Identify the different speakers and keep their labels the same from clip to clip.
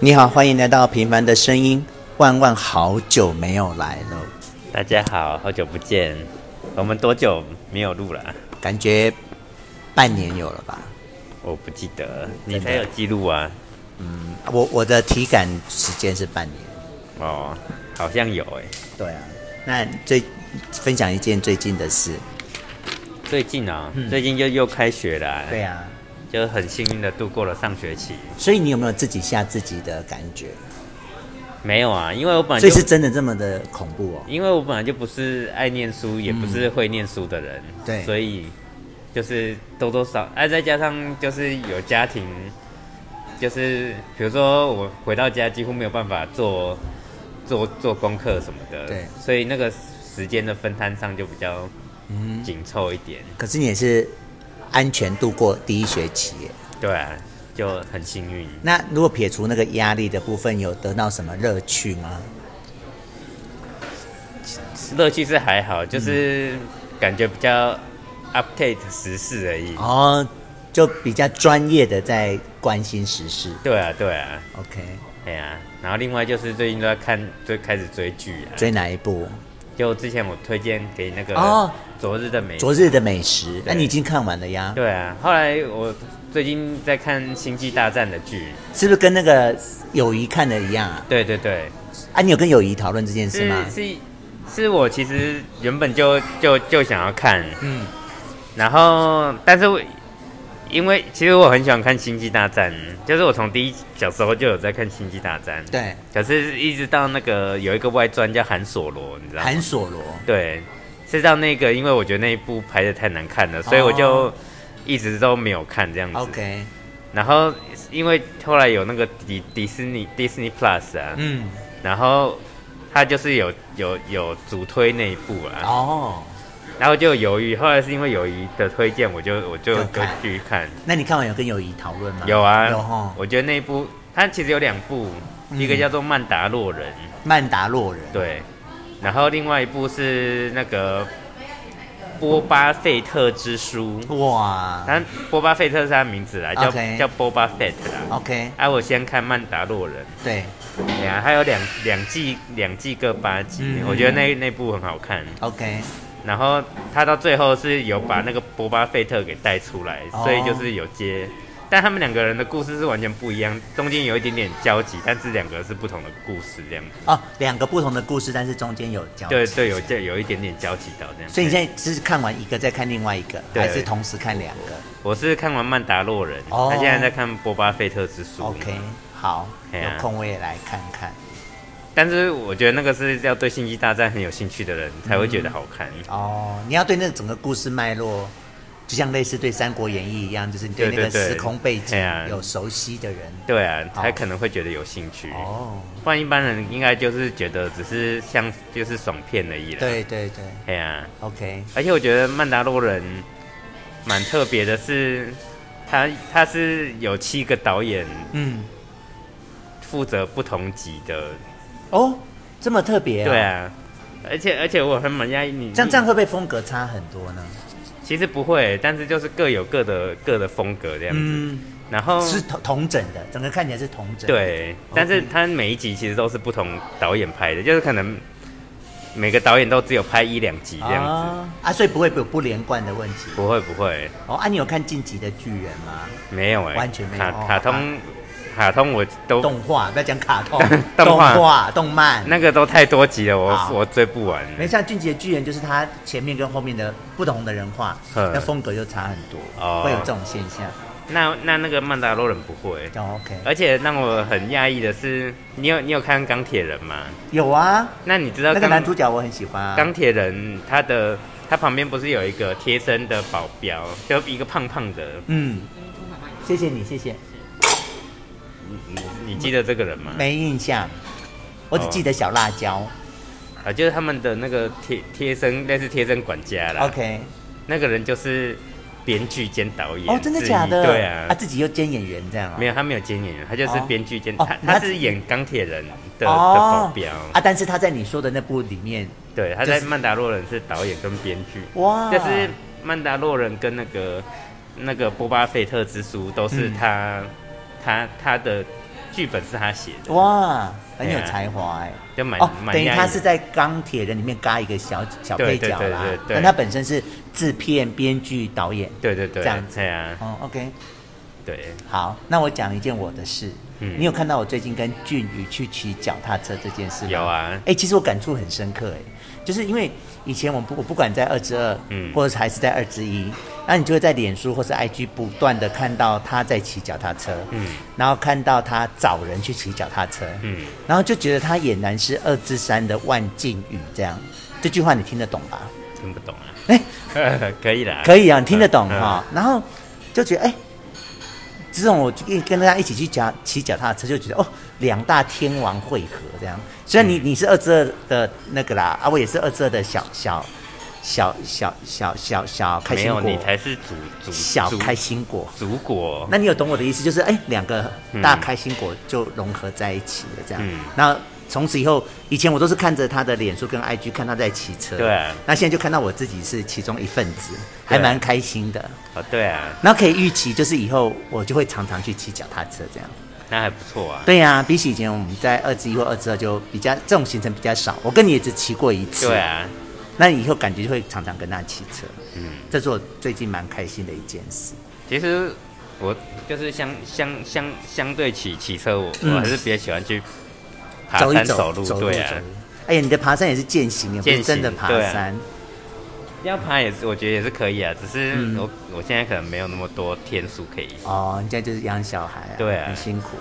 Speaker 1: 你好，欢迎来到《平凡的声音》。万万好久没有来了，
Speaker 2: 大家好，好久不见，我们多久没有录了？啊
Speaker 1: 感觉半年有了吧？
Speaker 2: 我不记得，你
Speaker 1: 真的
Speaker 2: 才有记录啊。
Speaker 1: 我我的体感时间是半年。
Speaker 2: 哦，好像有欸诶、
Speaker 1: 对啊，那最分享一件最近的事。
Speaker 2: 最近啊、最近就又开学了、啊，
Speaker 1: 嗯对啊，
Speaker 2: 就很幸运的度过了上学期。
Speaker 1: 所以你有没有自己吓自己的感觉？
Speaker 2: 没有啊，因为我本来
Speaker 1: 所
Speaker 2: 就
Speaker 1: 以是真的这么的恐怖哦？
Speaker 2: 因为我本来就不是爱念书，也不是会念书的人，
Speaker 1: 对
Speaker 2: 所以就是多多少，哎、再加上就是有家庭，就是比如说我回到家几乎没有办法做做做功课什么的，
Speaker 1: 对
Speaker 2: 所以那个时间的分摊上就比较紧凑一点，
Speaker 1: 可是你也是安全度过第一学期耶。
Speaker 2: 对啊，就很幸运。
Speaker 1: 那如果撇除那个压力的部分，有得到什么乐趣吗？
Speaker 2: 乐趣是还好，
Speaker 1: 嗯
Speaker 2: 就是感觉比较 update 时事而已。
Speaker 1: 哦，就比较专业的在关心时事。
Speaker 2: 对啊，对啊。
Speaker 1: OK，
Speaker 2: 对啊，然后另外就是最近都在看，最开始追剧啊。
Speaker 1: 追哪一部？
Speaker 2: 就之前我推荐给那个
Speaker 1: 哦
Speaker 2: 昨日的美食
Speaker 1: 昨日的美食。啊那你已经看完了呀？
Speaker 2: 对啊，后来我最近在看《星际大战》的剧。
Speaker 1: 是不是跟那个友谊看的一样啊？
Speaker 2: 对对对，
Speaker 1: 啊，你有跟友谊讨论这件事
Speaker 2: 是
Speaker 1: 吗？
Speaker 2: 是是我其实原本就就就想要看，
Speaker 1: 嗯，
Speaker 2: 然后但是我因为其实我很喜欢看《星际大战》，就是我从第一小时候就有在看《星际大战》。。
Speaker 1: 对，
Speaker 2: 可是，一直到那个有一个外传叫韩索罗，你知道吗？
Speaker 1: 韩索罗。
Speaker 2: 对，是到那个，因为我觉得那一部拍的太难看了，所以我就
Speaker 1: 哦
Speaker 2: 一直都没有看这样子。
Speaker 1: OK，
Speaker 2: 然后因为后来有那个迪迪士尼迪士尼 Plus 啊，
Speaker 1: 嗯，
Speaker 2: 然后他就是有有有主推那一部啊，
Speaker 1: 哦，
Speaker 2: 然后就由于后来是因为友谊的推荐，我就我就
Speaker 1: 有
Speaker 2: 就
Speaker 1: 看
Speaker 2: 继续看。
Speaker 1: 那你看完有跟友谊讨论吗？
Speaker 2: 有啊，
Speaker 1: 有哈。嗯
Speaker 2: 我觉得那一部它其实有两部，一个叫做《曼达洛人》，
Speaker 1: 曼达洛人。
Speaker 2: 对，然后另外一部是那个《波巴费特之书》。
Speaker 1: 哇
Speaker 2: 但波巴费特是他名字啦，叫
Speaker 1: OK
Speaker 2: 叫波巴 fett 啦。
Speaker 1: ，OK，
Speaker 2: 哎、啊，我先看《曼达洛人
Speaker 1: 对》，
Speaker 2: 对啊，还有两两季两季各八集，
Speaker 1: 嗯
Speaker 2: 我觉得那那部很好看。
Speaker 1: ，OK，
Speaker 2: 然后他到最后是有把那个波巴费特给带出来，
Speaker 1: 哦
Speaker 2: 所以就是有接。但他们两个人的故事是完全不一样，中间有一点点交集，但是两个是不同的故事这样子。
Speaker 1: 哦，两个不同的故事，但是中间有交集。
Speaker 2: 对对，有这有一点点交集到这样。
Speaker 1: 所以你现在是看完一个再看另外一个，
Speaker 2: 对
Speaker 1: 还是同时看两个
Speaker 2: 我是看完《曼达洛人》
Speaker 1: 哦
Speaker 2: 他现在在看《波巴费特之书》。
Speaker 1: ？OK，好，
Speaker 2: 哎呀
Speaker 1: 有空我也来看看。
Speaker 2: 但是我觉得那个是要对星际大战很有兴趣的人才会觉得好看。
Speaker 1: 哦，你要对那整个故事脉络，就像类似对《三国演义》一样，就是你对
Speaker 2: 对
Speaker 1: 那个
Speaker 2: 对对
Speaker 1: 时空背景
Speaker 2: 哎呀
Speaker 1: 有熟悉的人。
Speaker 2: 对啊，
Speaker 1: 好
Speaker 2: 才可能会觉得有兴趣。
Speaker 1: 哦，
Speaker 2: 不然一般人应该就是觉得只是像就是爽片而已了。，
Speaker 1: 对对对
Speaker 2: 哎呀、
Speaker 1: ，OK，
Speaker 2: 而且我觉得曼达洛人蛮特别的是，他他是有七个导演
Speaker 1: 嗯，
Speaker 2: 负责不同集的。
Speaker 1: 哦，这么特别、哦，
Speaker 2: 对，啊，而且而且我很满意你
Speaker 1: 这样这样会不会风格差很多呢？
Speaker 2: 其实不会，但是就是各有各的各的风格这样子。
Speaker 1: 嗯，
Speaker 2: 然后
Speaker 1: 是同同整的，整个看起来是同整。，
Speaker 2: 对，但是他每一集其实都是不同导演拍的，就是可能每个导演都只有拍一两集这样子。
Speaker 1: 啊啊，所以不会有不连贯的问题。
Speaker 2: 不会不会，
Speaker 1: 哦，啊，你有看《晋级的巨人》吗？
Speaker 2: 没有哎、
Speaker 1: 完全没有
Speaker 2: 卡
Speaker 1: 哦
Speaker 2: 卡通，卡通我都，
Speaker 1: 动画，不要讲卡通
Speaker 2: 动画
Speaker 1: 画、动漫。
Speaker 2: 那个都太多集了，我
Speaker 1: 好
Speaker 2: 我追不完。
Speaker 1: 啊没像《进击的巨人》，就是他前面跟后面的不同的人画，
Speaker 2: 嗯
Speaker 1: 那风格就差很多，
Speaker 2: 哦
Speaker 1: 会有这种现象。
Speaker 2: 那那那个曼达洛人不会，
Speaker 1: 哦 OK，
Speaker 2: 而且让我很讶异的是，你有你有看钢铁人吗？
Speaker 1: 有啊，
Speaker 2: 那你知道
Speaker 1: 那个
Speaker 2: 钢
Speaker 1: 男主角我很喜欢啊。
Speaker 2: 钢铁人他的他旁边不是有一个贴身的保镖，就一个胖胖的，
Speaker 1: 嗯，谢谢你，谢谢。
Speaker 2: 你你你记得这个人吗？
Speaker 1: 没印象，我只记得小辣椒。
Speaker 2: 啊，就是他们的那个贴贴身，类似贴身管家啦。
Speaker 1: OK，
Speaker 2: 那个人就是编剧兼导啊演之一。
Speaker 1: 哦，真的假的？
Speaker 2: 对啊，
Speaker 1: 自己又兼演员这样啊？
Speaker 2: 没有他没有兼演员，他就是
Speaker 1: 哦
Speaker 2: 编剧兼，
Speaker 1: 哦
Speaker 2: 他
Speaker 1: 那
Speaker 2: 他是演钢铁人的、的保
Speaker 1: 哦
Speaker 2: 镖。
Speaker 1: 啊，但是他在你说的那部里面，
Speaker 2: 对，他
Speaker 1: 就
Speaker 2: 在
Speaker 1: 是啊
Speaker 2: 《曼达洛人》是导演跟编剧，
Speaker 1: 哇，
Speaker 2: 但是《曼达洛人》跟那个那个《波巴费特之书》都是
Speaker 1: 嗯
Speaker 2: 他、他他的剧本是他写的，
Speaker 1: 哇，很有
Speaker 2: 对啊
Speaker 1: 才华哎、
Speaker 2: 就蛮
Speaker 1: 哦，
Speaker 2: 蛮
Speaker 1: 等于
Speaker 2: 讶异
Speaker 1: 他
Speaker 2: 的
Speaker 1: 是在钢铁人里面嘎一个小小配
Speaker 2: 对
Speaker 1: 角
Speaker 2: 对对
Speaker 1: 啦
Speaker 2: 对，对
Speaker 1: 那他本身是制片、编剧、导演。
Speaker 2: 对对对，
Speaker 1: 这样子
Speaker 2: 对啊，
Speaker 1: 哦，OK，
Speaker 2: 对，
Speaker 1: 好，那我讲一件我的事。
Speaker 2: 嗯
Speaker 1: 你有看到我最近跟俊宇去骑脚踏车这件事吗？
Speaker 2: 有啊
Speaker 1: 哎、其实我感触很深刻，哎，就是因为以前我不我不管在二之二，
Speaker 2: 嗯
Speaker 1: 或者还是在二之一，那你就会在脸书或是 IG 不断的看到他在骑脚踏车，
Speaker 2: 嗯，
Speaker 1: 然后看到他找人去骑脚踏车，
Speaker 2: 嗯，
Speaker 1: 然后就觉得他俨然是二之三的万靖宇这样。这句话你听得懂吧？
Speaker 2: 听不懂啊，
Speaker 1: 哎、
Speaker 2: 可以啦，
Speaker 1: 可以啊，你听得懂
Speaker 2: 嗯
Speaker 1: 哈、然后就觉得哎、自从我一跟大家一起去脚骑脚踏车，就觉得哦，两大天王汇合这样。虽然你
Speaker 2: 嗯
Speaker 1: 你是二之二的那个啦，啊，我也是二之二的小小小小小小小开
Speaker 2: 没
Speaker 1: 心
Speaker 2: 有，
Speaker 1: 果
Speaker 2: 你，才是主主
Speaker 1: 小
Speaker 2: 主
Speaker 1: 开心果。
Speaker 2: 主果，
Speaker 1: 那你有懂我的意思？就是哎，两个大开心果就融合在一起了，这样。
Speaker 2: 嗯
Speaker 1: 那从此以后，以前我都是看着他的脸书跟 IG 看他在骑车，
Speaker 2: 对啊
Speaker 1: 那现在就看到我自己是其中一份子，
Speaker 2: 对
Speaker 1: 还
Speaker 2: 啊
Speaker 1: 蛮开心的。
Speaker 2: 哦，对啊，
Speaker 1: 然后可以预期，就是以后我就会常常去骑脚踏车这样。
Speaker 2: 那还不错啊，
Speaker 1: 对呀、比起以前我们在二之一或二之二就比较这种行程比较少，我跟你也只骑过一次。
Speaker 2: 对，啊，
Speaker 1: 那以后感觉就会常常跟他骑车，
Speaker 2: 嗯，
Speaker 1: 这是我最近蛮开心的一件事。
Speaker 2: 其实我就是相相相相对骑骑车我，我、
Speaker 1: 嗯
Speaker 2: 还是比较喜欢去爬
Speaker 1: 走一
Speaker 2: 山
Speaker 1: 走，
Speaker 2: 路，
Speaker 1: 走
Speaker 2: 对
Speaker 1: 走
Speaker 2: 啊
Speaker 1: 路，哎呀，你的爬山也是践行，也不是
Speaker 2: 践行
Speaker 1: 真的爬
Speaker 2: 对啊
Speaker 1: 山。
Speaker 2: 要爬也是，我觉得也是可以啊，只是
Speaker 1: 嗯
Speaker 2: 我、我现在可能没有那么多天数可以，
Speaker 1: 哦，你现在就是养小孩、啊，
Speaker 2: 啊对啊
Speaker 1: 很辛苦，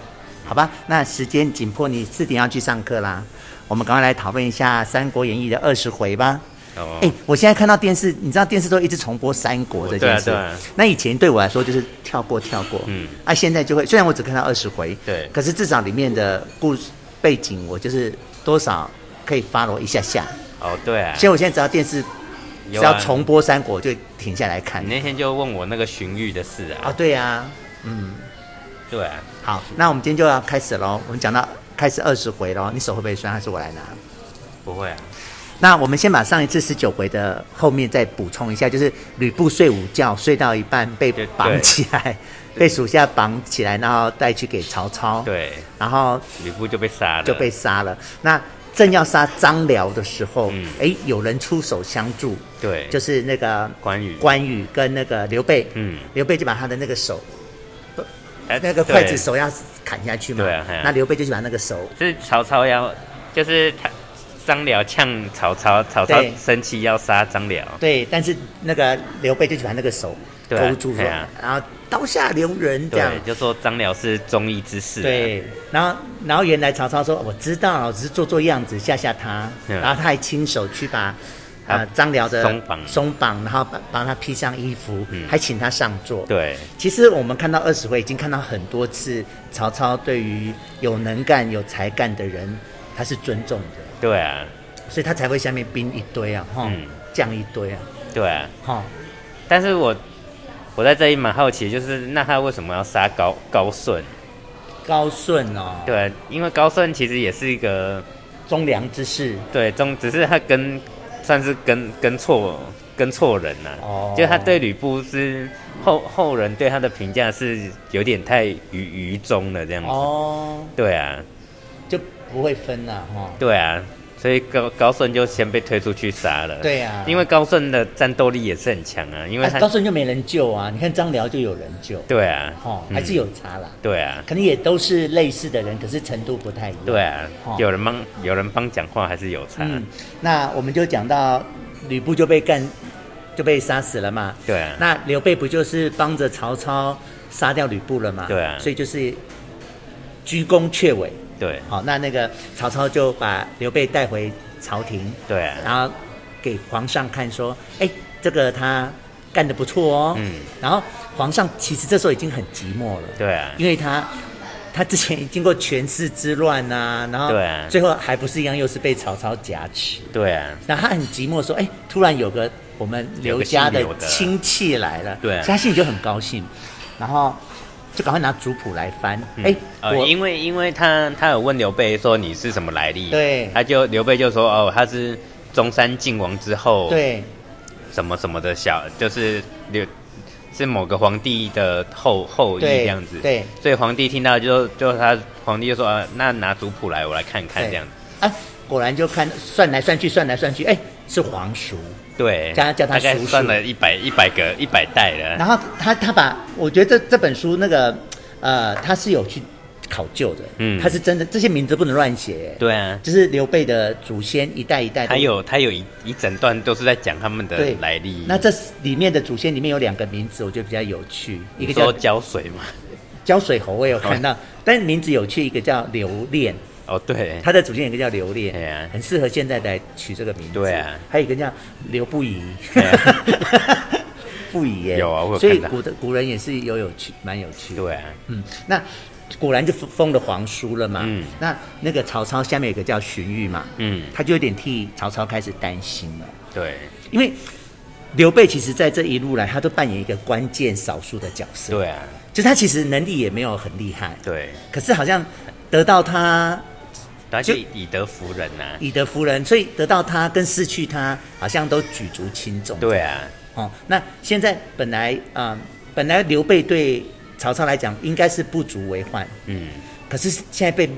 Speaker 1: 好吧？那时间紧迫，你四点要去上课啦，我们赶快来讨论一下《三国演义》的二十回吧。
Speaker 2: 哦，
Speaker 1: 哎、我现在看到电视，你知道电视都一直重播三国这件事。
Speaker 2: 对啊对啊
Speaker 1: 那以前对我来说就是跳过跳过，
Speaker 2: 嗯
Speaker 1: 啊，现在就会，虽然我只看到二十回，
Speaker 2: 对
Speaker 1: 可是至少里面的故事背景，我就是多少可以 follow 一下下。
Speaker 2: 哦，对啊，
Speaker 1: 所以我现在只要电视只
Speaker 2: 有啊嗯
Speaker 1: 要重播三国，我就停下来看
Speaker 2: 你。那天就问我那个荀彧的事啊，
Speaker 1: 啊，对啊，嗯，
Speaker 2: 对啊，
Speaker 1: 好，那我们今天就要开始喽。我们讲到开始二十回喽，你手会不会酸？还是我来拿？
Speaker 2: 不会啊，
Speaker 1: 那我们先把上一次十九回的后面再补充一下，就是吕布睡午觉，睡到一半被
Speaker 2: 对对
Speaker 1: 绑起来，被属下绑起来，然后带去给曹操，
Speaker 2: 对，
Speaker 1: 然后
Speaker 2: 吕布就被杀了，
Speaker 1: 就被杀了。那正要杀张辽的时候
Speaker 2: 嗯，
Speaker 1: 哎、有人出手相助，
Speaker 2: 对，
Speaker 1: 就是是那个
Speaker 2: 关羽
Speaker 1: 关羽跟那个刘备，
Speaker 2: 嗯
Speaker 1: 刘备就把他的那个手，那
Speaker 2: 那
Speaker 1: 个刽子手要砍下去嘛，
Speaker 2: 对啊嘿啊
Speaker 1: 那刘备就去把那个手
Speaker 2: 是曹操要，就是他张辽呛曹操，曹操
Speaker 1: 对
Speaker 2: 生气要杀张辽，
Speaker 1: 对，但是那个刘备就喜欢那个手
Speaker 2: 对啊
Speaker 1: 勾住了，
Speaker 2: 对啊
Speaker 1: 然后刀下留人这样
Speaker 2: 对，。就说张辽是忠义之士、啊，
Speaker 1: 对，然后然后原来曹操说我知道了，我只是做做样子吓吓他，
Speaker 2: 嗯
Speaker 1: 然后他还亲手去把
Speaker 2: 他
Speaker 1: 呃张辽的
Speaker 2: 松绑
Speaker 1: 松绑，然后帮帮他披上衣服，
Speaker 2: 嗯
Speaker 1: 还请他上座。
Speaker 2: 对
Speaker 1: 其实我们看到二十回，已经看到很多次曹操对于有能干、有才干的人，他是尊重的，
Speaker 2: 对啊，
Speaker 1: 所以他才会下面兵一堆啊，哈、
Speaker 2: 嗯
Speaker 1: 将一堆啊，
Speaker 2: 对啊，
Speaker 1: 哈。
Speaker 2: 但是我我在这里蛮好奇，就是那他为什么要杀高高顺？
Speaker 1: 高顺哦，
Speaker 2: 对啊、因为高顺其实也是一个
Speaker 1: 忠良之士，
Speaker 2: 对忠，只是他跟算是跟跟错跟错人了、
Speaker 1: 哦
Speaker 2: 就他对吕布是后后人对他的评价是有点太愚愚忠了这样子，
Speaker 1: 哦，
Speaker 2: 对啊。
Speaker 1: 就不会分了哈。
Speaker 2: 对啊，所以高高顺就先被推出去杀了。
Speaker 1: 对啊
Speaker 2: 因为高顺的战斗力也是很强啊，因为
Speaker 1: 啊
Speaker 2: 他、
Speaker 1: 高顺就没人救啊，你看张辽就有人救，
Speaker 2: 对啊，
Speaker 1: 哈，
Speaker 2: 嗯
Speaker 1: 哦还是有差啦，
Speaker 2: 对啊，
Speaker 1: 可能也都是类似的人，可是程度不太一样。
Speaker 2: 对啊，
Speaker 1: 哦
Speaker 2: 有人帮有人帮讲话还是有差。
Speaker 1: 嗯，那我们就讲到吕布就被干，就被杀死了嘛。
Speaker 2: 对啊
Speaker 1: 那刘备不就是帮着曹操杀掉吕布了嘛？
Speaker 2: 对啊
Speaker 1: 所以就是鞠躬却尾。
Speaker 2: 对
Speaker 1: 好，那那个曹操就把刘备带回朝廷，
Speaker 2: 对啊，
Speaker 1: 然后给皇上看说，哎，这个他干得不错哦。
Speaker 2: 嗯。
Speaker 1: 然后皇上其实这时候已经很寂寞了，
Speaker 2: 对啊，
Speaker 1: 因为他他之前经过权势之乱呐、然后
Speaker 2: 对啊
Speaker 1: 最后还不是一样，又是被曹操挟持。
Speaker 2: 对啊，
Speaker 1: 那他很寂寞，说：“哎，突然有个我们刘家的
Speaker 2: 有个姓刘的
Speaker 1: 亲戚来了，
Speaker 2: 对啊
Speaker 1: 所以他心里就很高兴，然后就赶快拿族谱来翻，哎、
Speaker 2: 呃，
Speaker 1: 我
Speaker 2: 因为因为他他有问刘备说你是什么来历，
Speaker 1: 对
Speaker 2: 他就刘备就说哦他是中山靖王之后，
Speaker 1: 对
Speaker 2: 什么什么的小，就是刘是某个皇帝的后后裔
Speaker 1: 对
Speaker 2: 这样子，
Speaker 1: 对，
Speaker 2: 所以皇帝听到就就他皇帝就说、啊，那拿族谱来我来看看这样子，
Speaker 1: 啊，果然就看算来算去，算来算去，哎，是皇叔。
Speaker 2: 对，
Speaker 1: 叫他叫他
Speaker 2: 大概
Speaker 1: 叔叔
Speaker 2: 算了一百一百个一百代了，
Speaker 1: 然后他他把我觉得这这本书那个呃，他是有去考究的，
Speaker 2: 嗯
Speaker 1: 他是真的这些名字不能乱写，，
Speaker 2: 对啊，
Speaker 1: 就是刘备的祖先一代一代都
Speaker 2: 他有他有一一整段都是在讲他们的
Speaker 1: 对
Speaker 2: 来历，
Speaker 1: 那这里面的祖先里面有两个名字，我觉得比较有趣，一
Speaker 2: 你
Speaker 1: 个
Speaker 2: 说
Speaker 1: 叫
Speaker 2: 浇水嘛，
Speaker 1: 胶水侯，我也有看 到，但是名字有趣，一个叫刘恋，
Speaker 2: 哦对，
Speaker 1: 他的祖先有一个叫刘恋，
Speaker 2: 对啊
Speaker 1: 很适合现在来取这个名字，
Speaker 2: 对啊，
Speaker 1: 还有一个叫刘不疑
Speaker 2: 对啊，
Speaker 1: 不疑耶，
Speaker 2: 有啊我有
Speaker 1: 所以
Speaker 2: 看到
Speaker 1: 古的古人也是有有趣，蛮有趣的，
Speaker 2: 对啊，
Speaker 1: 嗯，那果然就封封了皇叔了嘛。
Speaker 2: 嗯
Speaker 1: 那那个曹操下面有个叫荀彧嘛，
Speaker 2: 嗯
Speaker 1: 他就有点替曹操开始担心了，
Speaker 2: 对
Speaker 1: 因为刘备其实在这一路来，他都扮演一个关键少数的角色，，
Speaker 2: 对啊
Speaker 1: 就是他其实能力也没有很厉害，
Speaker 2: 对，
Speaker 1: 可是好像得到他
Speaker 2: 他
Speaker 1: 就是
Speaker 2: 以德服人啊呐、
Speaker 1: 以德服人，所以得到他跟失去他好像都举足轻重，
Speaker 2: 对啊，
Speaker 1: 哦，那现在本来啊、呃本来刘备对曹操来讲应该是不足为患，
Speaker 2: 嗯
Speaker 1: 可是现在被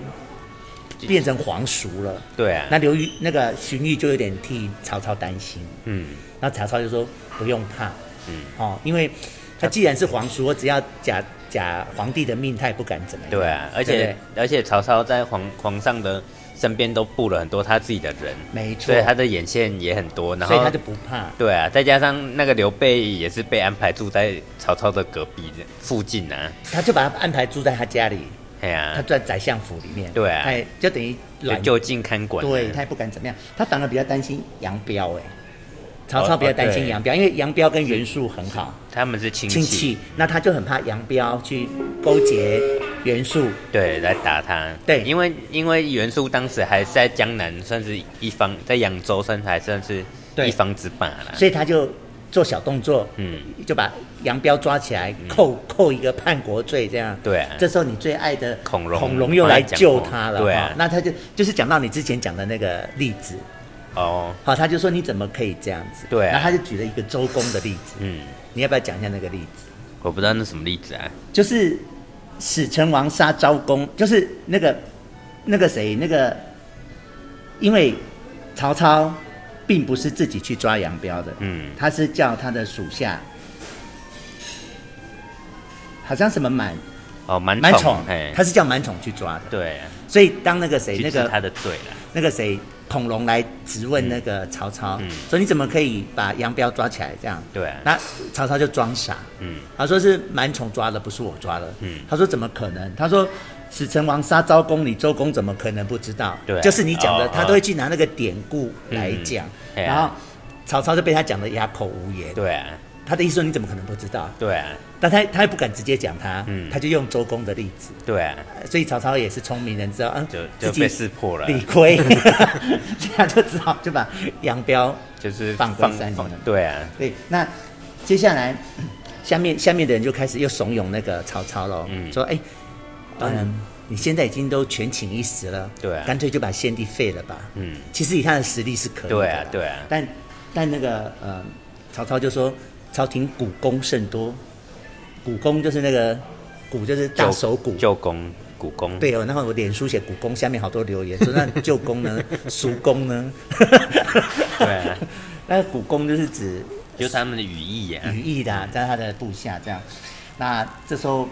Speaker 1: 变成皇叔了，
Speaker 2: 对啊
Speaker 1: 那，刘裕那个荀彧就有点替曹操担心，
Speaker 2: 嗯
Speaker 1: 那曹操就说不用怕，
Speaker 2: 嗯，
Speaker 1: 哦，因为他既然是皇叔，我只要假假皇帝的命，他也不敢怎么样。
Speaker 2: 对啊，而
Speaker 1: 对
Speaker 2: 且而且曹操在皇皇上的身边都布了很多他自己的人，
Speaker 1: 没错
Speaker 2: 所以他的眼线也很多，然
Speaker 1: 所
Speaker 2: 后
Speaker 1: 以他就不怕。
Speaker 2: 对啊，再加上那个刘备也是被安排住在曹操的隔壁的附近啊，
Speaker 1: 他就把他安排住在他家里，
Speaker 2: 哎呀、
Speaker 1: 他住在宰相府里面。
Speaker 2: 对啊
Speaker 1: 他也就等于
Speaker 2: 就
Speaker 1: 软
Speaker 2: 就近看管啊、
Speaker 1: 对，他也不敢怎么样，他反而比较担心杨彪哎、曹操
Speaker 2: 哦
Speaker 1: 比较担
Speaker 2: 哦
Speaker 1: 心
Speaker 2: 对
Speaker 1: 杨彪，因为杨彪跟袁术很好，
Speaker 2: 他们是亲
Speaker 1: 亲
Speaker 2: 戚，
Speaker 1: 戚，那他就很怕杨彪去勾结袁术，
Speaker 2: 对，来打他，
Speaker 1: 对
Speaker 2: 因为因为袁术当时还是在江南，算是一方，在扬州算还算是
Speaker 1: 对
Speaker 2: 一方之霸啦，
Speaker 1: 所以他就做小动作，
Speaker 2: 嗯，
Speaker 1: 就把杨彪抓起来，扣扣一个叛国罪，这样。
Speaker 2: 对啊
Speaker 1: 这时候你最爱的
Speaker 2: 孔融
Speaker 1: 孔融又来救他了，
Speaker 2: 孔融对啊
Speaker 1: 哈那他就就是讲到你之前讲的那个例子，
Speaker 2: 哦，
Speaker 1: 好，他就说你怎么可以这样子？
Speaker 2: 对啊
Speaker 1: 然后他就举了一个周公的例子，
Speaker 2: 嗯，
Speaker 1: 你要不要讲一下那个例子？
Speaker 2: 我不知道那什么例子啊，
Speaker 1: 就是史成王杀昭公，就是那个那个谁，那个因为曹操并不是自己去抓杨彪的，
Speaker 2: 嗯
Speaker 1: 他是叫他的属下，好像什么满
Speaker 2: 哦，蛮
Speaker 1: 满
Speaker 2: 宠
Speaker 1: 宠，，
Speaker 2: 哎，
Speaker 1: 他是叫满宠去抓的，
Speaker 2: 对啊，
Speaker 1: 所以当那个谁
Speaker 2: 去
Speaker 1: 那
Speaker 2: 治
Speaker 1: 个
Speaker 2: 他的罪啦，
Speaker 1: 那个谁孔融来质问那个曹操，
Speaker 2: 嗯
Speaker 1: 说你怎么可以把杨彪抓起来这样？
Speaker 2: 对啊
Speaker 1: 那曹操就装傻，
Speaker 2: 嗯，
Speaker 1: 他说是满宠抓的，不是我抓的。
Speaker 2: 嗯
Speaker 1: 他说怎么可能？他说史成王杀昭公，你周公怎么可能不知道？
Speaker 2: 对啊
Speaker 1: 就是你讲的，
Speaker 2: 哦
Speaker 1: 他都会去拿那个典故来讲，
Speaker 2: 嗯嗯
Speaker 1: 然
Speaker 2: 哎
Speaker 1: 后
Speaker 2: 呀
Speaker 1: 曹操就被他讲的哑口无言。
Speaker 2: 对啊，
Speaker 1: 他的意思说你怎么可能不知道？
Speaker 2: 对啊，
Speaker 1: 但他他也不敢直接讲他，
Speaker 2: 嗯
Speaker 1: 他就用周公的例子。
Speaker 2: 对啊，
Speaker 1: 所以曹操也是聪明人，知道嗯，
Speaker 2: 就
Speaker 1: 自
Speaker 2: 就
Speaker 1: 己
Speaker 2: 被识破了，
Speaker 1: 理亏， 这样就只好就把杨彪
Speaker 2: 就是嗯
Speaker 1: 放过三年
Speaker 2: 对啊，
Speaker 1: 对，那接下来 嗯下面下面的人就开始又怂恿那个曹操喽，
Speaker 2: 嗯
Speaker 1: 说哎，嗯，你现在已经都权倾一时了，
Speaker 2: 对啊
Speaker 1: 干脆就把先帝废了吧。
Speaker 2: 嗯，
Speaker 1: 其实以他的实力是可以的啦，
Speaker 2: 对啊对啊
Speaker 1: 但但那个呃，曹操就说朝廷股肱甚多，股肱就是那个股就是大手股，
Speaker 2: 舅公、古公，
Speaker 1: 对哦，然后我脸书写股肱，下面好多留言说那舅公呢， 叔公呢，
Speaker 2: 对啊，
Speaker 1: 那股肱就是指
Speaker 2: 就是他们的羽翼啊，
Speaker 1: 羽翼的啊，在他的部下这样。那这时候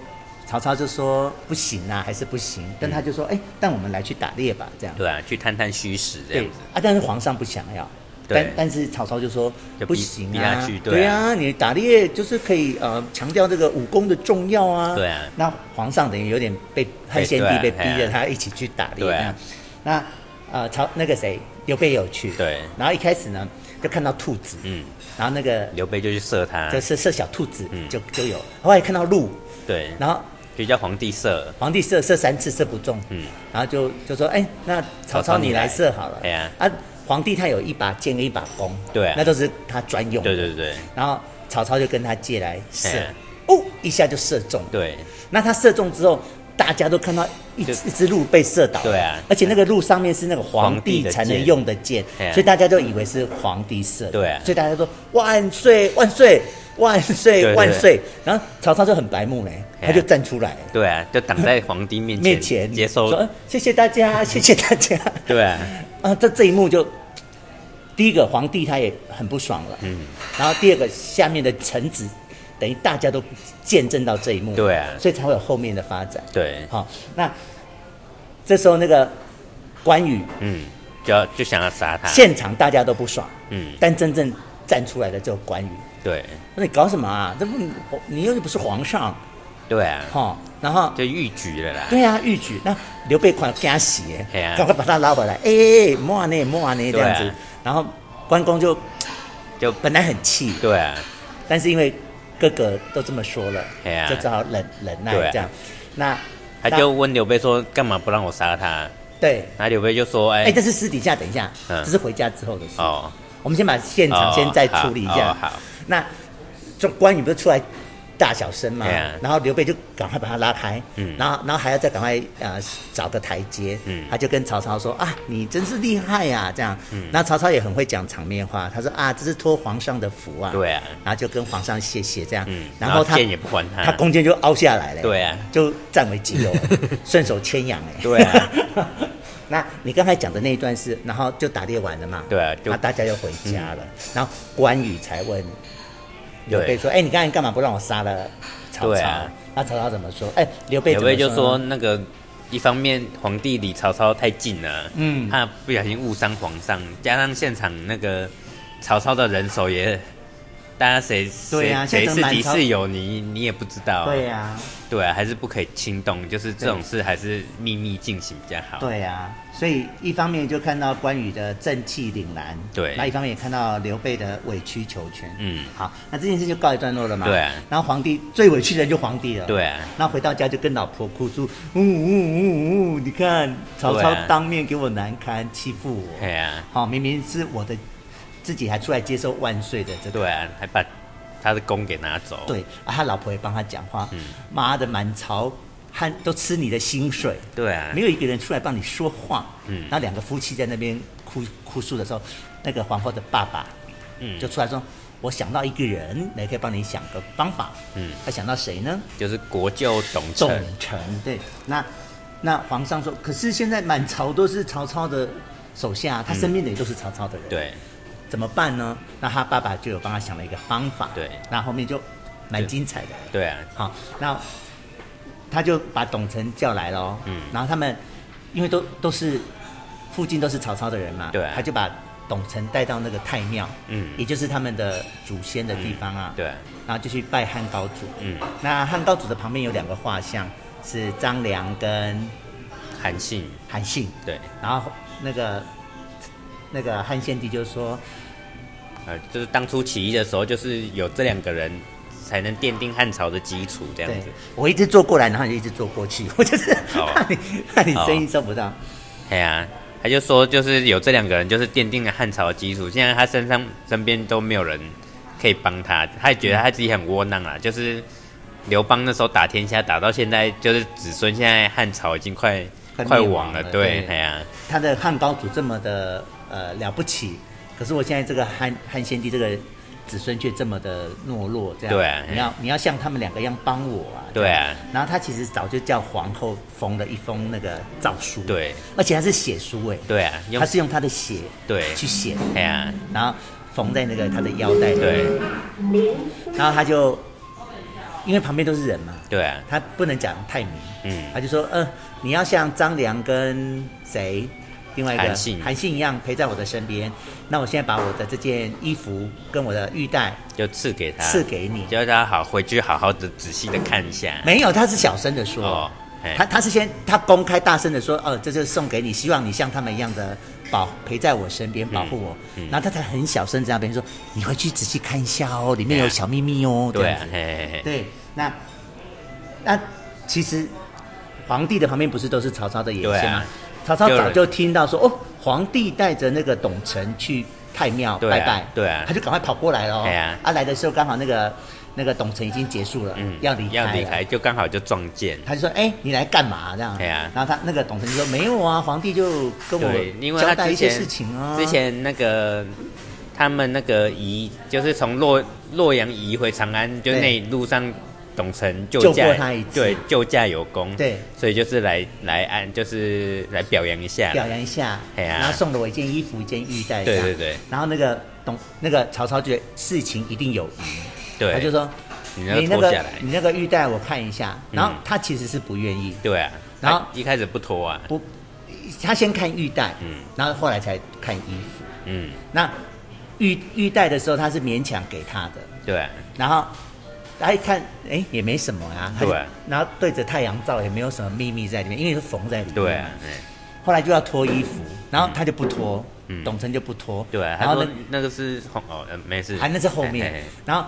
Speaker 1: 曹操就说不行啊，还是不行，但他就说哎、但我们来去打猎吧，这样。
Speaker 2: 嗯对啊，去探探虚实这样子，
Speaker 1: 啊，但是皇上不想要。但
Speaker 2: 对
Speaker 1: 但是曹操就说
Speaker 2: 就逼
Speaker 1: 不行
Speaker 2: 逼
Speaker 1: 啊，
Speaker 2: 他去对啊
Speaker 1: 对啊，你打猎就是可以呃强调这个武功的重要啊。
Speaker 2: 对啊
Speaker 1: 那皇上等于有点被汉献帝被
Speaker 2: 对对啊
Speaker 1: 逼
Speaker 2: 嘿
Speaker 1: 着
Speaker 2: 啊
Speaker 1: 他一起去打猎
Speaker 2: 对
Speaker 1: 这
Speaker 2: 啊
Speaker 1: 样。那呃曹那个谁刘备有去，
Speaker 2: 对
Speaker 1: 然后一开始呢就看到兔子，
Speaker 2: 嗯，
Speaker 1: 然后那个
Speaker 2: 刘备就去射他，
Speaker 1: 就是射小兔子
Speaker 2: 哎嗯
Speaker 1: 就就有，后来看到鹿，
Speaker 2: 对，
Speaker 1: 然后
Speaker 2: 就叫皇帝射，
Speaker 1: 皇帝射射三次射不中，
Speaker 2: 嗯
Speaker 1: 然后就就说，哎，那曹
Speaker 2: 曹操
Speaker 1: 操
Speaker 2: 你
Speaker 1: 你来
Speaker 2: 来
Speaker 1: 射好了，
Speaker 2: 哎呀
Speaker 1: 啊，皇帝他有一把剑跟一把弓，
Speaker 2: 对啊
Speaker 1: 那都是他专用，
Speaker 2: 对，对对
Speaker 1: 然后曹操就跟他借来射
Speaker 2: 哎呀，
Speaker 1: 哦，一下就射中，，
Speaker 2: 对，
Speaker 1: 那他射中之后。大家都看到一
Speaker 2: 就
Speaker 1: 只一只鹿被射倒了，
Speaker 2: 对啊
Speaker 1: 而且那个鹿上面是那个皇
Speaker 2: 皇帝
Speaker 1: 帝
Speaker 2: 的
Speaker 1: 才能
Speaker 2: 剑
Speaker 1: 用的剑
Speaker 2: 哎，呀
Speaker 1: 所以大家都以为是皇帝射的，
Speaker 2: 对啊
Speaker 1: 所以大家都说万岁万岁，万
Speaker 2: 对
Speaker 1: 岁
Speaker 2: 对
Speaker 1: 万岁！然后曹操就很白目嘞，
Speaker 2: 哎
Speaker 1: 他就站出来
Speaker 2: 对啊，就挡在皇帝面前
Speaker 1: 面前
Speaker 2: 接受
Speaker 1: 说，呃谢谢大 家，谢谢大家。
Speaker 2: 对啊，
Speaker 1: 啊，这这一幕就，第一个皇帝他也很不爽了，
Speaker 2: 嗯，
Speaker 1: 然后第二个下面的臣子，等于大家都见证到这一幕，
Speaker 2: 对啊
Speaker 1: 所以才会有后面的发展。
Speaker 2: 对，
Speaker 1: 好、那这时候那个关羽
Speaker 2: 嗯，就要就想要杀他，
Speaker 1: 现场大家都不爽，
Speaker 2: 啊嗯，
Speaker 1: 但真正站出来的只有关羽。
Speaker 2: 对，
Speaker 1: 那你搞什么啊？这不你又不是皇上
Speaker 2: 对啊，
Speaker 1: 哈、然后
Speaker 2: 就逾矩了啦，
Speaker 1: 对啊，玉举那刘备快惊死
Speaker 2: 嘿 啊
Speaker 1: 耶，赶快把他拉回来，哎、莫呢莫呢这样子，
Speaker 2: 对啊
Speaker 1: 然后关公就
Speaker 2: 就
Speaker 1: 本来很气，
Speaker 2: 对啊，
Speaker 1: 但是因为哥哥都这么说了，
Speaker 2: 嘿啊
Speaker 1: 就只好忍忍耐
Speaker 2: 对啊
Speaker 1: 这样。那
Speaker 2: 他就问刘备说，干嘛不让我杀他？
Speaker 1: 对，
Speaker 2: 然后刘备就说，哎、
Speaker 1: 哎、这是私底下，等一下，
Speaker 2: 嗯
Speaker 1: 这是回家之后的事。
Speaker 2: 哦，
Speaker 1: 我们先把现场
Speaker 2: 哦
Speaker 1: 先再处理一下。
Speaker 2: 好哦好
Speaker 1: 那这关羽不是出来大小声嘛
Speaker 2: 对啊，
Speaker 1: 然后刘备就赶快把他拉开，
Speaker 2: 嗯
Speaker 1: 然后然后还要再赶快呃找个台阶，
Speaker 2: 嗯
Speaker 1: 他就跟曹操说啊，你真是厉害呀、这样。那曹操也很会讲场面话，他说啊，这是托皇上的福啊，
Speaker 2: 对啊
Speaker 1: 然后就跟皇上谢谢这样，
Speaker 2: 嗯，
Speaker 1: 然后他
Speaker 2: 剑也不还他，
Speaker 1: 他弓箭就凹下来了，
Speaker 2: 嗯对啊
Speaker 1: 就占为己 有了，顺手牵羊哎，
Speaker 2: 对啊。
Speaker 1: 那你刚才讲的那一段是，然后就打猎完了嘛？
Speaker 2: 对啊就嗯
Speaker 1: 那大家又回家了，然后关羽才问刘备
Speaker 2: 对
Speaker 1: 说：“哎、你刚才干嘛不让我杀了曹
Speaker 2: 对
Speaker 1: 操？”
Speaker 2: 啊
Speaker 1: 那曹操怎么说？哎、刘备
Speaker 2: 刘
Speaker 1: 怎么
Speaker 2: 备就
Speaker 1: 说
Speaker 2: 说
Speaker 1: 呢
Speaker 2: 那个。一方面，皇帝离曹操太近了，
Speaker 1: 嗯
Speaker 2: 怕不小心误伤皇上，加上现场那个曹操的人手也，大家谁
Speaker 1: 对啊
Speaker 2: 谁
Speaker 1: 现
Speaker 2: 谁
Speaker 1: 场
Speaker 2: 是
Speaker 1: 满
Speaker 2: 敌
Speaker 1: 曹
Speaker 2: 是友，你你也不知道，
Speaker 1: 对呀、
Speaker 2: 对啊，还是不可以轻动，就是这种事还是秘密进行比较好。
Speaker 1: 对呀、所以一方面就看到关羽的正气凛然，
Speaker 2: 对
Speaker 1: 那一方面也看到刘备的委曲求全，
Speaker 2: 嗯
Speaker 1: 好，那这件事就告一段落了嘛，
Speaker 2: 对啊
Speaker 1: 然后皇帝最委屈的人就皇帝了，
Speaker 2: 对啊
Speaker 1: 那回到家就跟老婆哭诉，呜呜呜呜，你看曹
Speaker 2: 对
Speaker 1: 操
Speaker 2: 啊
Speaker 1: 当面给我难堪，欺负我，
Speaker 2: 对啊，
Speaker 1: 好、明明是我的自己还出来接受万岁的这个，
Speaker 2: 对啊，还把他的弓给拿走。
Speaker 1: 对啊，他老婆也帮他讲话，
Speaker 2: 嗯
Speaker 1: 妈的满朝汉都吃你的薪水，
Speaker 2: 对啊
Speaker 1: 没，有一个人出来帮你说话，
Speaker 2: 嗯
Speaker 1: 然后两个夫妻在那边哭哭诉的时候，那个皇后的爸爸
Speaker 2: 嗯
Speaker 1: 就出来说。我想到一个人，来可以帮你想个方法。
Speaker 2: 嗯
Speaker 1: 他想到谁呢？
Speaker 2: 就是国舅董承
Speaker 1: 董，承对，那那皇上说，可是现在满朝都是曹操的手下，他身边的也都是曹操的人，，
Speaker 2: 对
Speaker 1: 怎么办呢？那他爸爸就有帮他想了一个方法，
Speaker 2: 对
Speaker 1: 那后面就蛮精彩的，
Speaker 2: 对啊，
Speaker 1: 好，那他就把董承叫来了，
Speaker 2: 嗯
Speaker 1: 然后他们因为都都是附近都是曹操的人嘛，
Speaker 2: 对啊
Speaker 1: 他就把董承带到那个太庙，
Speaker 2: 嗯
Speaker 1: 也就是他们的祖先的地方啊，
Speaker 2: 对啊，
Speaker 1: 然后就去拜汉高祖，
Speaker 2: 嗯，
Speaker 1: 那汉高祖的旁边有两个画像，是张良跟
Speaker 2: 韩信，
Speaker 1: 韩信。
Speaker 2: 对，
Speaker 1: 然后那个那个汉献帝就说，
Speaker 2: 呃，就是当初起义的时候，就是有这两个人才能奠定汉朝的基础，这样
Speaker 1: 对
Speaker 2: 子。
Speaker 1: 我一直坐过来，然后你就一直坐过去， 我就是
Speaker 2: 哦
Speaker 1: 怕你怕你声音收不到。
Speaker 2: 对啊，他就说就是有这两个人，就是奠定了汉朝的基础。现在他身上身边都没有人可以帮他，他也觉得他自己很窝囊啦。就是刘邦那时候打天下，打到现在就是子孙，现在汉朝已经快
Speaker 1: 快灭
Speaker 2: 快亡
Speaker 1: 亡了
Speaker 2: 对，
Speaker 1: 对
Speaker 2: 哎呀、
Speaker 1: 他的汉高祖这么的呃了不起，可是我现在这个汉汉献帝这个子孙却这么的懦弱，这样
Speaker 2: 对啊
Speaker 1: 你要你要像他们两个一样帮我啊，
Speaker 2: 对啊
Speaker 1: 这样。然后他其实早就叫皇后封了一封那个诏书，
Speaker 2: 对，啊
Speaker 1: 而且他是血书哎，
Speaker 2: 对啊，用
Speaker 1: 他是用他的血
Speaker 2: 对
Speaker 1: 去写，
Speaker 2: 哎呀、
Speaker 1: 然后缝在那个他的腰带里，
Speaker 2: 对
Speaker 1: 然后他就因为旁边都是人嘛，
Speaker 2: 对啊，
Speaker 1: 他不能讲太明，
Speaker 2: 嗯，
Speaker 1: 他就说，呃，你要像张良跟谁，另外一个
Speaker 2: 韩信
Speaker 1: 一样陪在我的身边。那我现在把我的这件衣服跟我的玉带
Speaker 2: 就赐给他，
Speaker 1: 赐给你。
Speaker 2: 就让他好回去好好的仔细的看一下。
Speaker 1: 没有，他是小声的说，
Speaker 2: 哦嘿
Speaker 1: 他他是先他公开大声的说，哦，这就是送给你，希望你像他们一样的保陪在我身边，保护我。
Speaker 2: 嗯
Speaker 1: 然后他才很小声在那边说，你回去仔细看一下哦，里面有
Speaker 2: 对啊
Speaker 1: 小秘密哦，这
Speaker 2: 对
Speaker 1: 样子
Speaker 2: 啊，。嘿嘿嘿，
Speaker 1: 对，那那其实皇帝的旁边不是都是曹操的眼
Speaker 2: 对
Speaker 1: 线吗？
Speaker 2: 啊
Speaker 1: 曹操
Speaker 2: 就
Speaker 1: 早就听到说哦，皇帝带着那个董承去太庙
Speaker 2: 对啊
Speaker 1: 拜拜，
Speaker 2: 对啊
Speaker 1: 他就赶快跑过来了、哦。
Speaker 2: 哎呀
Speaker 1: 啊来的时候刚好那个那个董承已经结束了，
Speaker 2: 嗯，
Speaker 1: 要离开，
Speaker 2: 要离开，。就刚好就撞见。
Speaker 1: 他就说：“哎、你来干嘛？这样。
Speaker 2: 哎呀
Speaker 1: 然后他那个董承就啊说：“没有啊，皇帝就跟
Speaker 2: 对，因
Speaker 1: 我
Speaker 2: 为他
Speaker 1: 交代
Speaker 2: 之
Speaker 1: 一些啊
Speaker 2: 前
Speaker 1: 事情啊。”
Speaker 2: 之前那个他他们那个移，就是从洛洛阳移回长安，就
Speaker 1: 对
Speaker 2: 那一路上董承
Speaker 1: 救
Speaker 2: 救
Speaker 1: 过
Speaker 2: 驾
Speaker 1: 他一，次
Speaker 2: 对，救驾有功，
Speaker 1: 对，
Speaker 2: 所以就是来来按，就是来表扬一下，
Speaker 1: 表扬一下，
Speaker 2: 哎呀
Speaker 1: 然后送了我一件衣服、一件玉带，
Speaker 2: 对
Speaker 1: 这样
Speaker 2: 对对。
Speaker 1: 然后那个董那个曹操觉得事情一定有赢，
Speaker 2: 对，
Speaker 1: 他就说
Speaker 2: 你要
Speaker 1: 你那
Speaker 2: 脱
Speaker 1: 个
Speaker 2: 下来，
Speaker 1: 你那个玉带我看一下，然后
Speaker 2: 嗯
Speaker 1: 他其实是不愿意，
Speaker 2: 对啊，
Speaker 1: 然后
Speaker 2: 他一开始不脱啊，
Speaker 1: 不，他先看玉带，
Speaker 2: 嗯
Speaker 1: 然后后来才看衣服。
Speaker 2: 嗯，
Speaker 1: 那玉玉带的时候他是勉强给他的，
Speaker 2: 对啊，
Speaker 1: 然后他一看，哎，也没什么啊，他就
Speaker 2: 对啊
Speaker 1: 然后对着太阳照也没有什么秘密在里面，因为是缝在里面，
Speaker 2: 对啊，，嗯
Speaker 1: 后来就要脱衣服，然后他就不脱，
Speaker 2: 嗯
Speaker 1: 董承就不脱，
Speaker 2: 对啊，
Speaker 1: 然
Speaker 2: 他
Speaker 1: 后
Speaker 2: 说
Speaker 1: 呢，
Speaker 2: 那个是后哦，呃没事，
Speaker 1: 还那是后面，
Speaker 2: 嘿嘿嘿
Speaker 1: 然后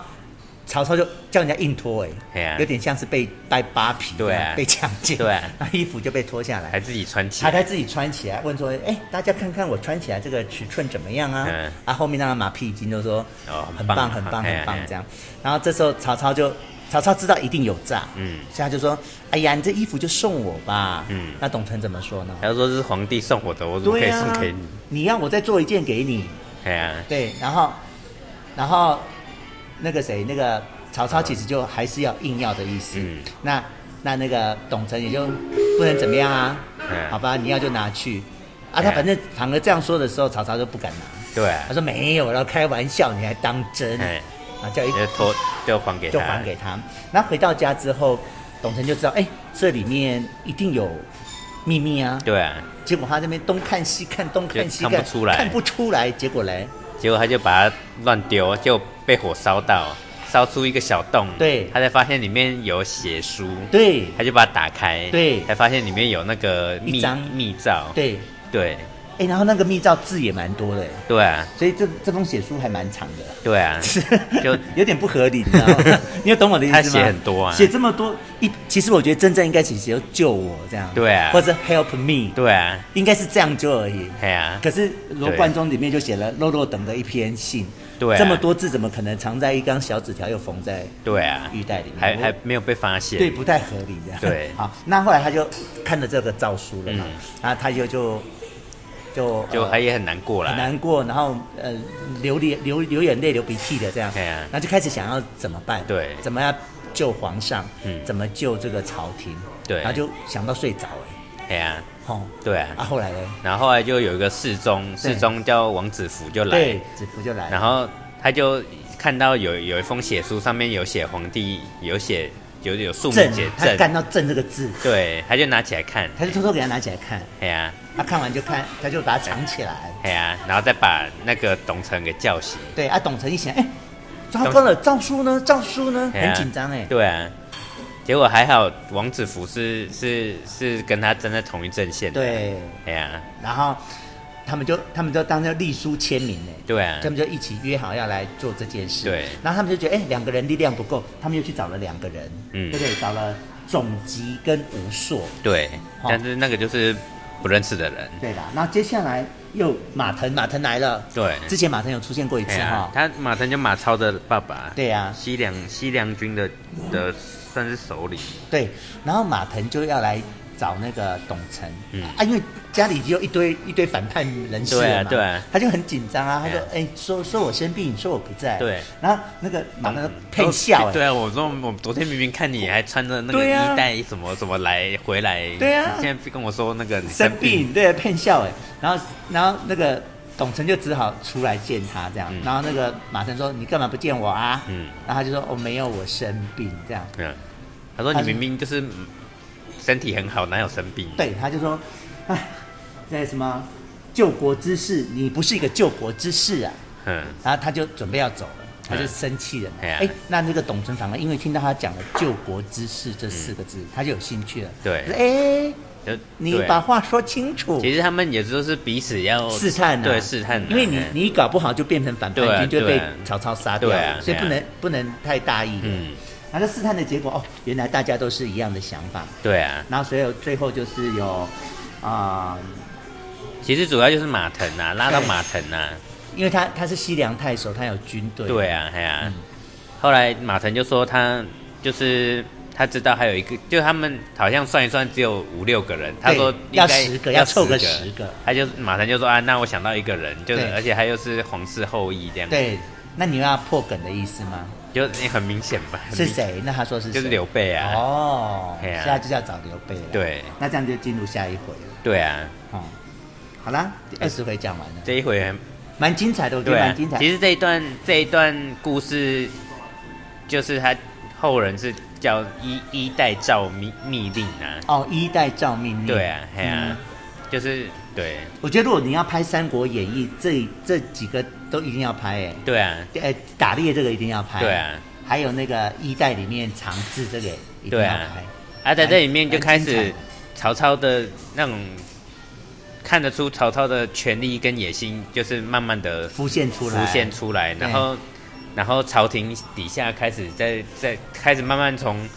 Speaker 1: 曹操就叫人家硬脱、
Speaker 2: 嘿
Speaker 1: 哎、
Speaker 2: 啊
Speaker 1: 有点像是被被扒皮，
Speaker 2: 对啊
Speaker 1: 被强奸，
Speaker 2: 对啊
Speaker 1: 然后衣服就被脱下来
Speaker 2: 还。自己穿起
Speaker 1: 他
Speaker 2: 来，
Speaker 1: 才自己穿起来，问说：“哎、大家看看我穿起来这个尺寸怎么样啊？”
Speaker 2: 嗯
Speaker 1: 啊，后面那个马屁精都说：“
Speaker 2: 哦
Speaker 1: 很
Speaker 2: 很
Speaker 1: 棒，
Speaker 2: 棒
Speaker 1: 很棒，
Speaker 2: 嘿啊
Speaker 1: 很棒
Speaker 2: 嘿。”啊
Speaker 1: 这样，然后这时候曹操就，曹操知道一定有诈，
Speaker 2: 嗯
Speaker 1: 所以他就说：“哎呀，你这衣服就送我吧。”
Speaker 2: 嗯
Speaker 1: 那董承怎么说呢？
Speaker 2: 他就说这是皇帝送我的，我怎么可
Speaker 1: 对啊
Speaker 2: 以
Speaker 1: 呀、
Speaker 2: 送给你？
Speaker 1: 你要我再做一件给你，
Speaker 2: 哎呀，
Speaker 1: 对，然后，然后那个谁，那个曹操其实就还是要硬要的意思。
Speaker 2: 嗯
Speaker 1: 那那那个董承也就不能怎么样啊，
Speaker 2: 嗯
Speaker 1: 好吧，你要就拿去。啊，
Speaker 2: 嗯
Speaker 1: 他反正反而这样说的时候，曹操就不敢拿，
Speaker 2: 对啊
Speaker 1: 他，说没有，然后开玩笑，你还当真？
Speaker 2: 哎，
Speaker 1: 啊，叫一
Speaker 2: 就脱就还给他，
Speaker 1: 就还给他。然后回到家之后，董承就知道，哎，这里面一定有秘密啊。
Speaker 2: 对啊，
Speaker 1: 结果他这边东看西看，东看西
Speaker 2: 就看不出来
Speaker 1: 看不出来。结果嘞，
Speaker 2: 结果他就把它乱丢，就被火烧到，烧出一个小洞，
Speaker 1: 对
Speaker 2: 他才发现里面有血书，
Speaker 1: 对
Speaker 2: 他就把它打开，
Speaker 1: 对
Speaker 2: 才发现里面有那个
Speaker 1: 一
Speaker 2: 密
Speaker 1: 张
Speaker 2: 密诏，
Speaker 1: 对，
Speaker 2: 对
Speaker 1: 哎、然后那个密诏字也蛮多的，欸
Speaker 2: 对啊，
Speaker 1: 所以这这封血书还蛮长的，
Speaker 2: 对 啊，就
Speaker 1: 有点不合理，你知道 吗？你有懂我的意思吗？
Speaker 2: 他写很多啊
Speaker 1: 写这么多，一其实我觉得真正应该写只有救我这样，
Speaker 2: 对啊
Speaker 1: 或者 help me，
Speaker 2: 对啊，
Speaker 1: 应该是这样救而已。
Speaker 2: 哎呀、
Speaker 1: 可是罗贯中里面就写了肉肉等的一篇信，
Speaker 2: 对啊
Speaker 1: 这么多字怎么可能藏在一张小纸条又缝在
Speaker 2: 对啊，
Speaker 1: 玉带里面？
Speaker 2: 还
Speaker 1: 我
Speaker 2: 还没有被发现，
Speaker 1: 对，不太合理的。
Speaker 2: 对
Speaker 1: 好，那后来他就看了这个诏书了嘛
Speaker 2: 嗯，
Speaker 1: 然后他就就就
Speaker 2: 就
Speaker 1: 呃
Speaker 2: 他也很难过
Speaker 1: 很
Speaker 2: 啦，
Speaker 1: 难过，然后呃流泪流流眼泪流鼻涕的这样，
Speaker 2: 对啊
Speaker 1: 然后就开始想要怎么办，
Speaker 2: 对
Speaker 1: 怎么样救皇上，
Speaker 2: 嗯
Speaker 1: 怎么救这个朝廷，
Speaker 2: 对
Speaker 1: 然后就想到睡着哎，
Speaker 2: 哎呀、
Speaker 1: 吼、
Speaker 2: 对啊，
Speaker 1: 啊后来呢，
Speaker 2: 然后后来就有一个侍中，侍中叫王子服就来
Speaker 1: 对，，子服就来了，
Speaker 2: 然后他就看到有有一封血书，上面有写皇帝，有写有有数目
Speaker 1: 朕
Speaker 2: 解
Speaker 1: 啊他
Speaker 2: 朕，
Speaker 1: 干到朕这个字，
Speaker 2: 对，他就拿起来看，
Speaker 1: 他就偷偷给他拿起来看，
Speaker 2: 哎呀
Speaker 1: 他看完就看，他就把它藏起来，
Speaker 2: 哎呀，然后再把那个董承给叫醒，
Speaker 1: 对啊，董承一想，哎，糟糕了，诏书呢？诏书呢？
Speaker 2: 哎呀
Speaker 1: 很紧张哎，
Speaker 2: 对啊。结果还好，王子服是是是跟他站在同一阵线的。，
Speaker 1: 对，
Speaker 2: 哎呀，
Speaker 1: 然后他们就他们就当着立书签名哎，
Speaker 2: 对啊
Speaker 1: 他，们就一起约好要来做这件事。
Speaker 2: 对
Speaker 1: 然后他们就觉得，哎、两个人力量不够，他们又去找了两个人，
Speaker 2: 嗯
Speaker 1: 对不对？找了总吉跟吴硕，
Speaker 2: 对，
Speaker 1: 好
Speaker 2: 但是那个就是不认识的人，
Speaker 1: 对啦。然后接下来又马腾，马腾来了，
Speaker 2: 对，
Speaker 1: 之前马腾有出现过一次
Speaker 2: 哎呀
Speaker 1: 哈，，
Speaker 2: 他马腾就马超的爸爸，
Speaker 1: 对啊呀、
Speaker 2: 西凉西凉军的的算是首领，
Speaker 1: 对。然后马腾就要来找那个董承，
Speaker 2: 嗯
Speaker 1: 啊，因为家里就一堆一堆反叛人士
Speaker 2: 对
Speaker 1: 了
Speaker 2: 啊
Speaker 1: 嘛，
Speaker 2: 对啊
Speaker 1: 他就很紧张啊，他说，
Speaker 2: 哎
Speaker 1: 哎、说说我生病，你说我不在，
Speaker 2: 对。
Speaker 1: 然后那个马腾配笑、哎，
Speaker 2: 对啊，我说我昨天明明看你还穿着那个
Speaker 1: 对啊
Speaker 2: 衣带什么什么来回来，
Speaker 1: 对啊
Speaker 2: 你现在跟我说那个你
Speaker 1: 生
Speaker 2: 生病，
Speaker 1: 病，对，骗笑哎。然后，然后那个董承就只好出来见他这样。
Speaker 2: 嗯
Speaker 1: 然后那个马腾说：“你干嘛不见我啊？”
Speaker 2: 嗯
Speaker 1: 然后他就说：“哦，没有，我生病。”这样，
Speaker 2: 嗯，他说
Speaker 1: 他
Speaker 2: 你
Speaker 1: 是
Speaker 2: 明明就是嗯身体很好，哪有生病？
Speaker 1: 对，他就说：“哎，那什么救国之士，你不是一个救国之士啊。
Speaker 2: 嗯，”
Speaker 1: 然后他就准备要走了。他就生气了嘛，
Speaker 2: 哎呀
Speaker 1: 哎、那那个董存反而因为听到他讲了“救国之士”这四个字，他就有兴趣了。
Speaker 2: 对
Speaker 1: 他说哎、
Speaker 2: 就
Speaker 1: 你
Speaker 2: 嗯对啊
Speaker 1: 把话说清楚。
Speaker 2: 其实他们也就是彼此要
Speaker 1: 试探、啊，
Speaker 2: 哦对试探啊，
Speaker 1: 因为你
Speaker 2: 嗯
Speaker 1: 你搞不好就变成反叛
Speaker 2: 对啊
Speaker 1: 军，就被
Speaker 2: 对啊
Speaker 1: 曹操杀掉
Speaker 2: 对
Speaker 1: 了，
Speaker 2: 啊
Speaker 1: 所以不
Speaker 2: 对
Speaker 1: 能
Speaker 2: 啊
Speaker 1: 不能太大意。嗯，
Speaker 2: 嗯，
Speaker 1: 然后试探的结果哦，原来大家都是一样的想法，
Speaker 2: 对啊，
Speaker 1: 然后所以最后就是有啊、
Speaker 2: 其实主要就是马腾啊，拉到马腾啊，
Speaker 1: 因为他他是西凉
Speaker 2: 啊
Speaker 1: 太守，他有军队，
Speaker 2: 对啊，哎呀、
Speaker 1: 嗯
Speaker 2: 后来马腾就说他就是他知道还有一个，就他们好像算一算只有五六个人，他
Speaker 1: 对
Speaker 2: 说应
Speaker 1: 要
Speaker 2: 该
Speaker 1: 十个要凑个
Speaker 2: 十
Speaker 1: 十个
Speaker 2: 他就马上就说啊，那我想到一个人，就是
Speaker 1: 对
Speaker 2: 而且他又是皇室后裔这样，，
Speaker 1: 对，那你要破梗的意思吗？
Speaker 2: 就你很明显吧？很
Speaker 1: 是
Speaker 2: 明显？
Speaker 1: 谁？那他说是谁
Speaker 2: 就是刘备啊，
Speaker 1: 哦，
Speaker 2: 嘿啊
Speaker 1: 现在就是要找刘备了。，
Speaker 2: 对
Speaker 1: 那这样就进入下一回了。
Speaker 2: 对啊，
Speaker 1: 哦，好啦，第二十回讲完了，
Speaker 2: 这一回很
Speaker 1: 蛮精彩的，我觉
Speaker 2: 对
Speaker 1: 得
Speaker 2: 啊
Speaker 1: 蛮精彩，
Speaker 2: 其实这一段这一段故事，就是他后人是叫一一代诏密密令啊，
Speaker 1: 哦，一代诏命令。
Speaker 2: 对啊，嘿啊
Speaker 1: 嗯，
Speaker 2: 就是对
Speaker 1: 我觉得如果你要拍《三国演义》，这这几个都一定要拍，哎，
Speaker 2: 对啊，
Speaker 1: 呃，打猎这个一定要拍，
Speaker 2: 对啊，
Speaker 1: 还有那个一代里面长治这个也一定
Speaker 2: 对
Speaker 1: 要
Speaker 2: 啊
Speaker 1: 拍，
Speaker 2: 啊，在这里面
Speaker 1: 蛮
Speaker 2: 就开
Speaker 1: 蛮哎精彩
Speaker 2: 始
Speaker 1: 的
Speaker 2: 曹操的那种看得出曹操的权力跟野心，就是慢慢的
Speaker 1: 浮现出来，
Speaker 2: 浮现出来，
Speaker 1: 对
Speaker 2: 然后然后朝廷底下开始在在开始慢慢从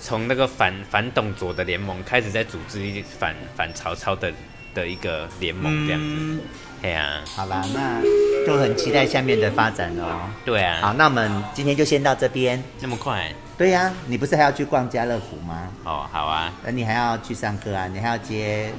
Speaker 2: 从那个反反董卓的联盟开始在组织一反反曹操的的一个联盟这样子，
Speaker 1: 嗯，
Speaker 2: 对啊，
Speaker 1: 好啦，那就很期待下面的发展哦。
Speaker 2: 对
Speaker 1: 好，
Speaker 2: 啊，
Speaker 1: 那我们今天就先到这边。
Speaker 2: 那么快
Speaker 1: 对呀、你不是还要去逛家乐福吗？
Speaker 2: 哦，好啊，
Speaker 1: 而你还要去上课啊，你还要接